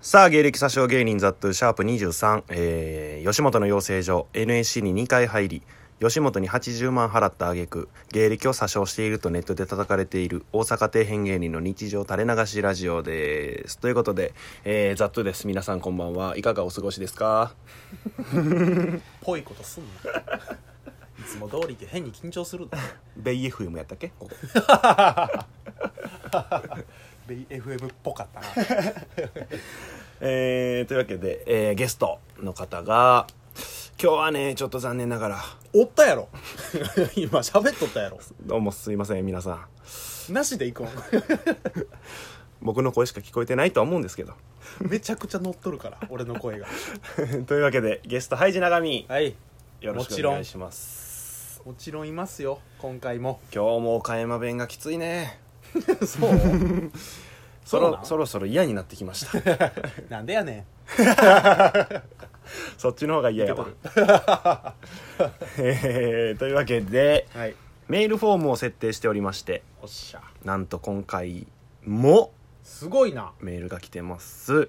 さあ、芸歴詐称芸人ザットゥシャープ23、えー、吉本の養成所 NSC に2回入り、吉本に80万払った挙句、芸歴を詐称しているとネットで叩かれている大阪底辺芸人の日常垂れ流しラジオです。ということで、えー、ザットゥです。皆さんこんばんは。いかがお過ごしですかぽいことすんな いつも通りって変に緊張するのベイ FM やったっけここ BFM っぽかったなえー、というわけで、えー、ゲストの方が、今日はね、ちょっと残念ながら、おったやろ 今喋っとったやろどうもすいません、皆さん。なしで行こ僕の声しか聞こえてないとは思うんですけど。うめちゃくちゃ乗っとるから俺の声が というわけでゲストハイジ長見はいよろしくお願いしますもちろんいますよ今回 も今日も岡山弁がきついねそうそそうなろんそろそろ嫌になってきました なんでやねそっちの方が嫌やわえ ーというわけでんはいメールフォームを設定しておりましておっしゃなんと今回もすごいなメールが来てます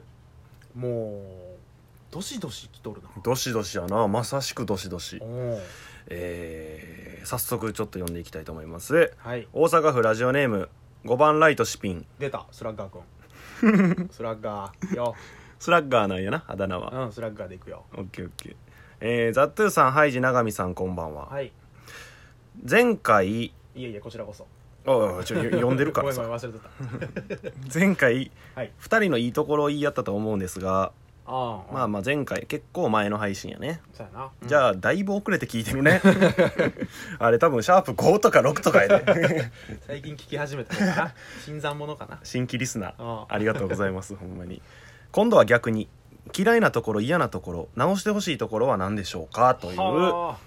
もうどしどし来とるなどしどしやなまさしくどしどしお、おえー早速ちょっと読んでいきたいと思いますはい大阪府ラジオネーム5番ライトシピン出たスラッガーく んスラッガーよスラッガーなんやなあだ名はうんスラッガーでいくよオッケーオッケーえー、ザットゥーさんハイジ永見さんこんばんは、はい前回いえいえこちらこそおいおいちょよ呼んでるからごめんさごめん忘れてた前回 はい2人のいいところを言い合ったと思うんですがあまあまあ前回結構前の配信やねそうやなじゃあだいぶ遅れて聞いてる ねあれ多分シャープ5とか6とかや ね最近聞き始めたのかな新参者 かな新規リスナーああありがとうございますほんまに今度は逆に嫌いなところ嫌なところ直してほしいところは何でしょうかというはあ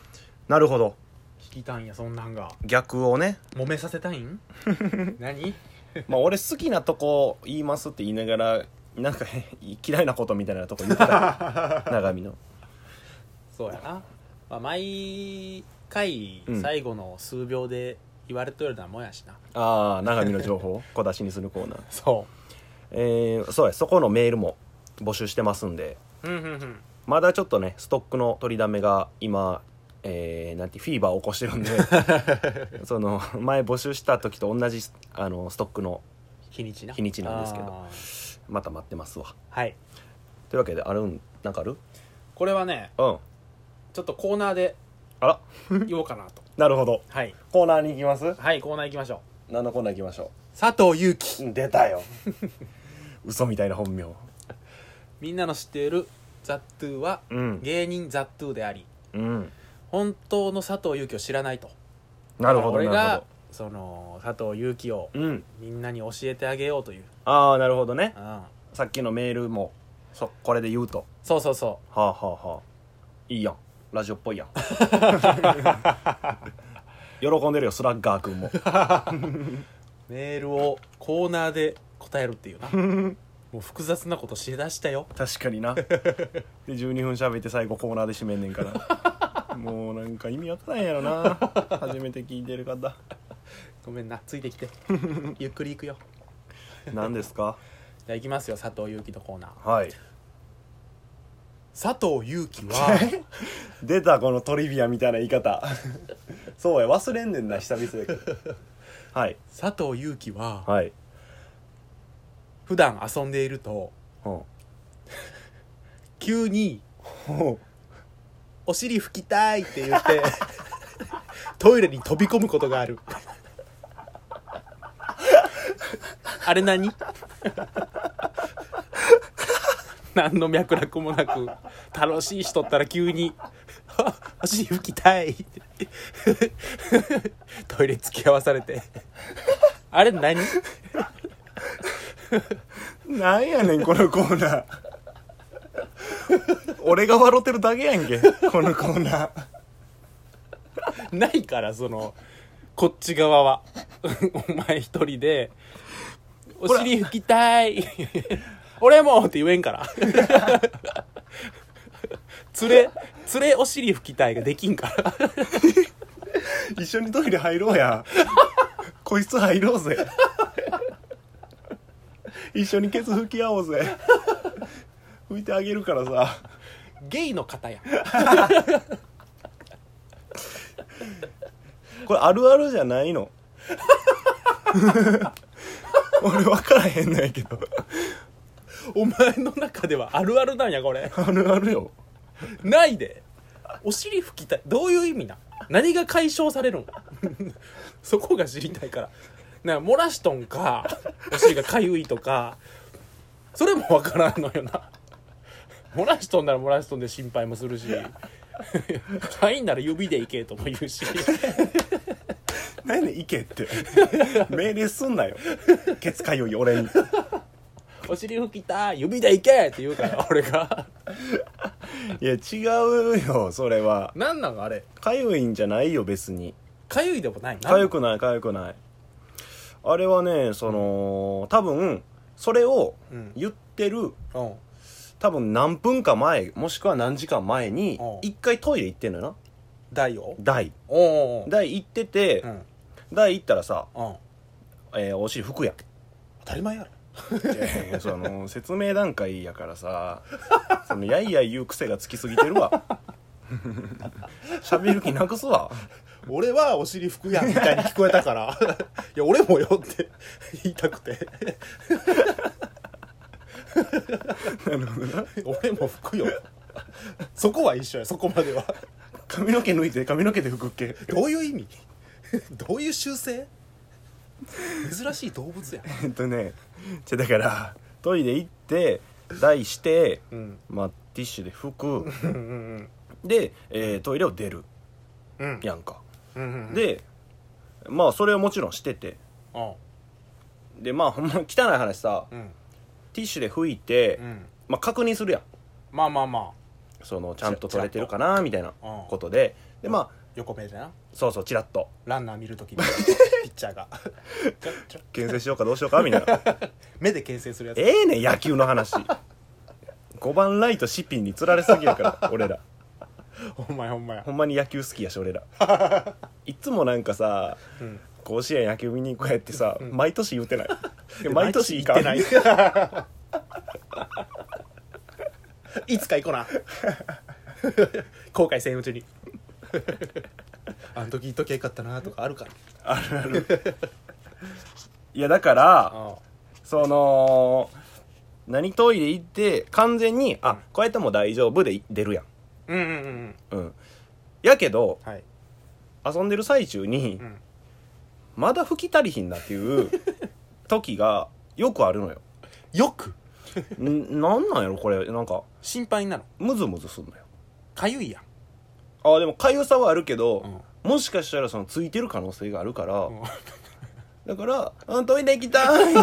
なるほど聞きたいんやそんなんが逆をね揉めさせたい ん何まあ俺好きなとこ言いますって言いながらなんか へ嫌いなことみたいなとこ言うから 長見のそうやな、まあ、毎回うん最後の数秒で言われとるようなもんやしな、ああ長見の情報 を小出しにするコーナーそえー、そうやそこのメールも募集してますんでううんうんうんまだちょっとねストックの取りだめが今えー、なんてフィーバーを起こしてるんで その前募集した時と同じあのストックの日にちな日にちなんですけどあーまた待ってますわはいというわけであるんなんかあるこれはねうんちょっとコーナーであら言おうかなとなるほどはいコーナーに行きますはいコーナー行きましょう何のコーナー行きましょう佐藤祐樹出たよ 嘘みたいな本名みんなの知っているザ・トゥーはうん芸人ザ・トゥーでありうん本当の佐藤祐樹を知らないとなるほど俺なるがほその佐藤祐樹をどうんみんなに教えてあげようという、ああなるほどねうん、さっきのメールもそこれで言うとそうそうそはあはあはあいいやんラジオっ ぽいやん喜んでるよスラッガー君もうメールをコーナーで答えるっ ていうなもう複雑なことしだしたよ確かになで12分喋って最後コーナーで締めんねんからもうなんか意味わからんやろな初めて聞いてる方ごめんなつい てきてゆっくり行くよ何ですかじゃあ行きますよ佐藤祐樹のコーナーはい佐藤祐樹 は出たこのトリビアみたいな言い 方そうや忘れんねんな久々 やけどはい佐藤祐樹ははい、普段遊んでいるとうん、急に「お尻拭きたい」って言ってトイレに飛び込むことがあるあれ何何の脈絡もなく楽しい人ったら急に「お尻拭きたい」ってトイレ付き合わされてあれ何なんやねんこのコーナー俺が笑ってるだけやんけこのコーナー ないからそのこっち側は お前一人で「お尻拭きたい 俺も!」って言えんから 連れ連れお尻拭きたいができんから一緒にトイレ入ろうやこいつ入ろうぜ一緒にケツ拭き合おうぜ拭いてあげるからさゲイの方やんこれあるあるじゃないの俺分からへんのやけどお前の中ではあるあるなんやこれあるあるよないでお尻拭きたいどういう意味な何が解消されるん そこが知りたいからな漏らしとんかお尻がかゆいとかそれもわからんのよな漏らしとんなら漏らしとんで心配もするしかゆいんなら指でいけとも言うし何やねん行けって命令すんなよケツかゆい俺にお尻拭きたい指でいけって言うから俺がいや違うよそれはなんなんあれかゆいんじゃないよ別にかゆいでもないなかゆくないかゆくないあれはねその多分それをうん言ってるうんうん多分何分か前もしくは何時間前にうん一回トイレ行ってんのよ大をな台おお台行っててうん台行ったらさ、うんえーお尻拭くやん当たり前やろいやその説明段階やからさそのやいやい言う癖がつきすぎてる わ喋る気なくすわ俺はお尻拭くやんみたいに聞こえたから いや俺もよって 言いたくて俺も拭くよそこは一緒やそこまでは髪の毛抜いて髪の毛で拭くっけ どういう意味 どういう習性珍しい動物やえっとねじゃだからトイレ行って台して、うんまあ、ティッシュで拭くうんうんで、えートイレを出るうんやんか、うんででまあそれはもちろんしててうんでまあほんま汚い話さうんティッシュで拭いて、うんまあ、確認するやんまあまあまそのちゃんと取れてるかなみたいなうんことででまああ横目でなそうそうチラッとランナー見るときに ピッチャーがちょちょ牽制しようかどうしようかみたいな目で牽制するやつ ええねん野球の 話5番ライトシピンに釣られすぎやから俺らほんまやほんまやほんまに野球好きやし俺ら いつもなんかさうん甲子園野球見に行こうやってさ、ん毎年言う てない毎年行か毎ん年行ってない いつか行こな後悔せんうちにあの時言っときゃよかったなとかあるからいやだからあその何トイレ行って完全に「あこうやってもう大丈夫」で出るやんうんうんうんうんうんやけどはい、遊んでる最中に、うん、まだ吹き足りひんなって いう時がよくあるのよよくんなんなんやろこれなんか心配なのムズムズすんのよかゆいやんあでもかゆさはあるけど、もしかしたらそのついてる可能性があるから、んだから「うんトイレ行きた い! 」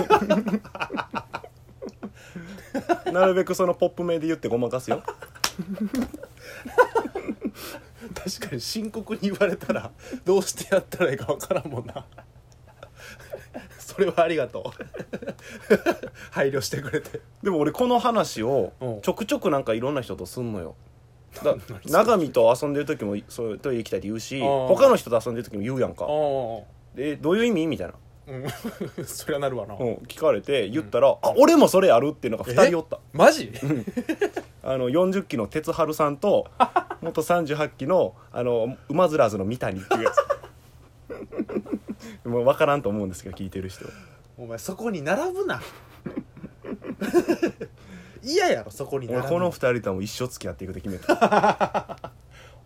なるべくそのポップ名で言ってごまかすよ確かに深刻に言われたらどうしてやったらいいかわからんもんなそれはありがとう配慮してくれてでも俺この話をうんちょくちょくなんかいろんな人とすんのよ だ長見と遊んでる時もそういうトイレ行きたいって言うしあー他の人と遊んでる時も言うやんかあえどういう意味みたいな、うんそりゃなるわなうん、聞かれて言ったら「あ俺もそれやる」っていうのが2人おったマジあの40期の鉄春さん と元38期のあの馬ずらずの三谷っていうや つもう分からんと思うんですけど聞いてる人お前そこに並ぶな 嫌やろそこに並俺ぶこの2人とはもう一生付き合っていくって決め た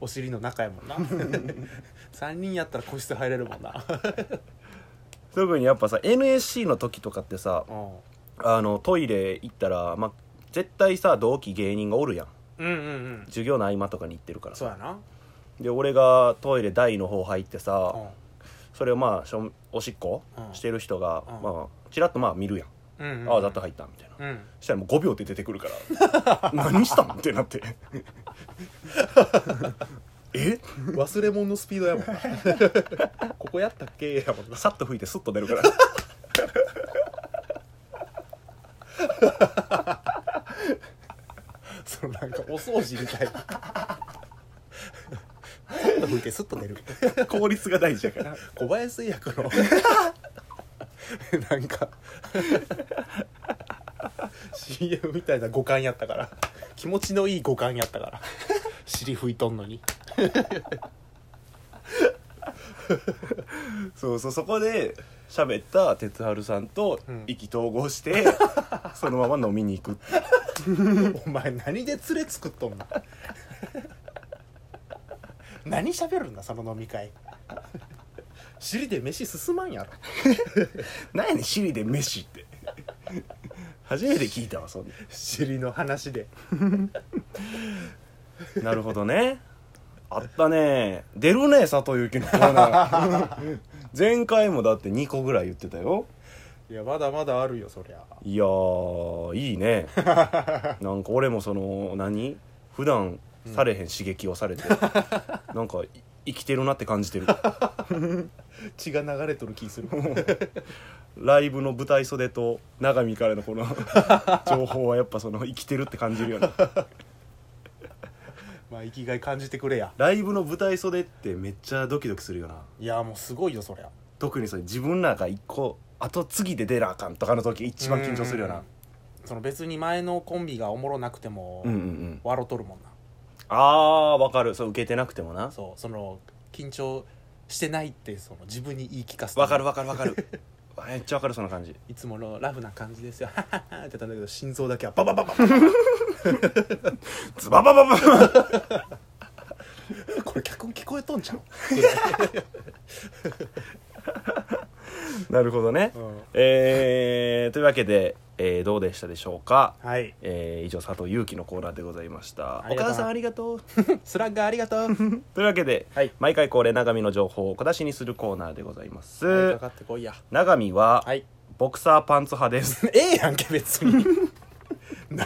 お尻の中やもん な3人やったら個室入れるもんな特にやっぱさ NSC の時とかってさうんあのトイレ行ったら、まあ、絶対さ同期芸人がおるやんうんうんうん授業の合間とかに行ってるからそうやなで俺がトイレ台の方入ってうさんそれをまあしょおしっこうんしてる人が、うんまあ、ちらっとまあ見るやん、うんうんああだった入ったみたいなうんしたらもう5秒で出てくるから 何したのってなって え忘れ物のスピードやもんな ここやったっけやもんなさっと吹いてスッと出るから そのなんかお掃除みたい なスッと吹いてスッと出る効率が大事やから 小林製薬のなんか CM みたいな五感やったから気持ちのいい五感やったから尻拭いとんのにそうそうそこで喋った哲治さんとうん意気投合 して、そのまま飲みに行くってお前何で連れ作っとんの何喋るんだその飲み会尻で飯進まんやろ何やねんシリで飯って初めて聞いたわそんな尻の話でなるほどねあったね出るね佐藤由紀のコーナ ー前回もだって2個ぐらい言ってたよいやまだまだあるよそりゃいやーいいねなんか俺もその何普段されへん刺激をされて、なんかい生きてるなって感じてる血が流れとる気するライブの舞台袖と永見からのこの情報はやっぱその生きてるって感じるよねまあ生きがい感じてくれやライブの舞台袖ってめっちゃドキドキするよないやもうすごいよそりゃ特にそれ自分なんか一個後次で出なあかんとかの時一番緊張するよなその別に前のコンビがおもろなくても、うんうんうん笑うとるもんあーわかるそう受けてなくてもななそうその緊張してないってその自分に言い聞かせてわかるわかるわかるめっちゃわかるその感じいつものラフな感じですよ って言ったんだけど心臓だけはバババババズバババババこれ脚本聞こえとんじゃん、なるほどね、えー、というわけで、えーどうでしたでしょうか、はい えー以上佐藤祐樹のコーナーでございましたあおりがとう母さんありがとうスラッガーあり がとうというわけで、はい毎回恒例長見の情報を小出しにするコーナーでございます、かかってこいや長見は、はい ボクサーパンツ派です ええやんけ別にな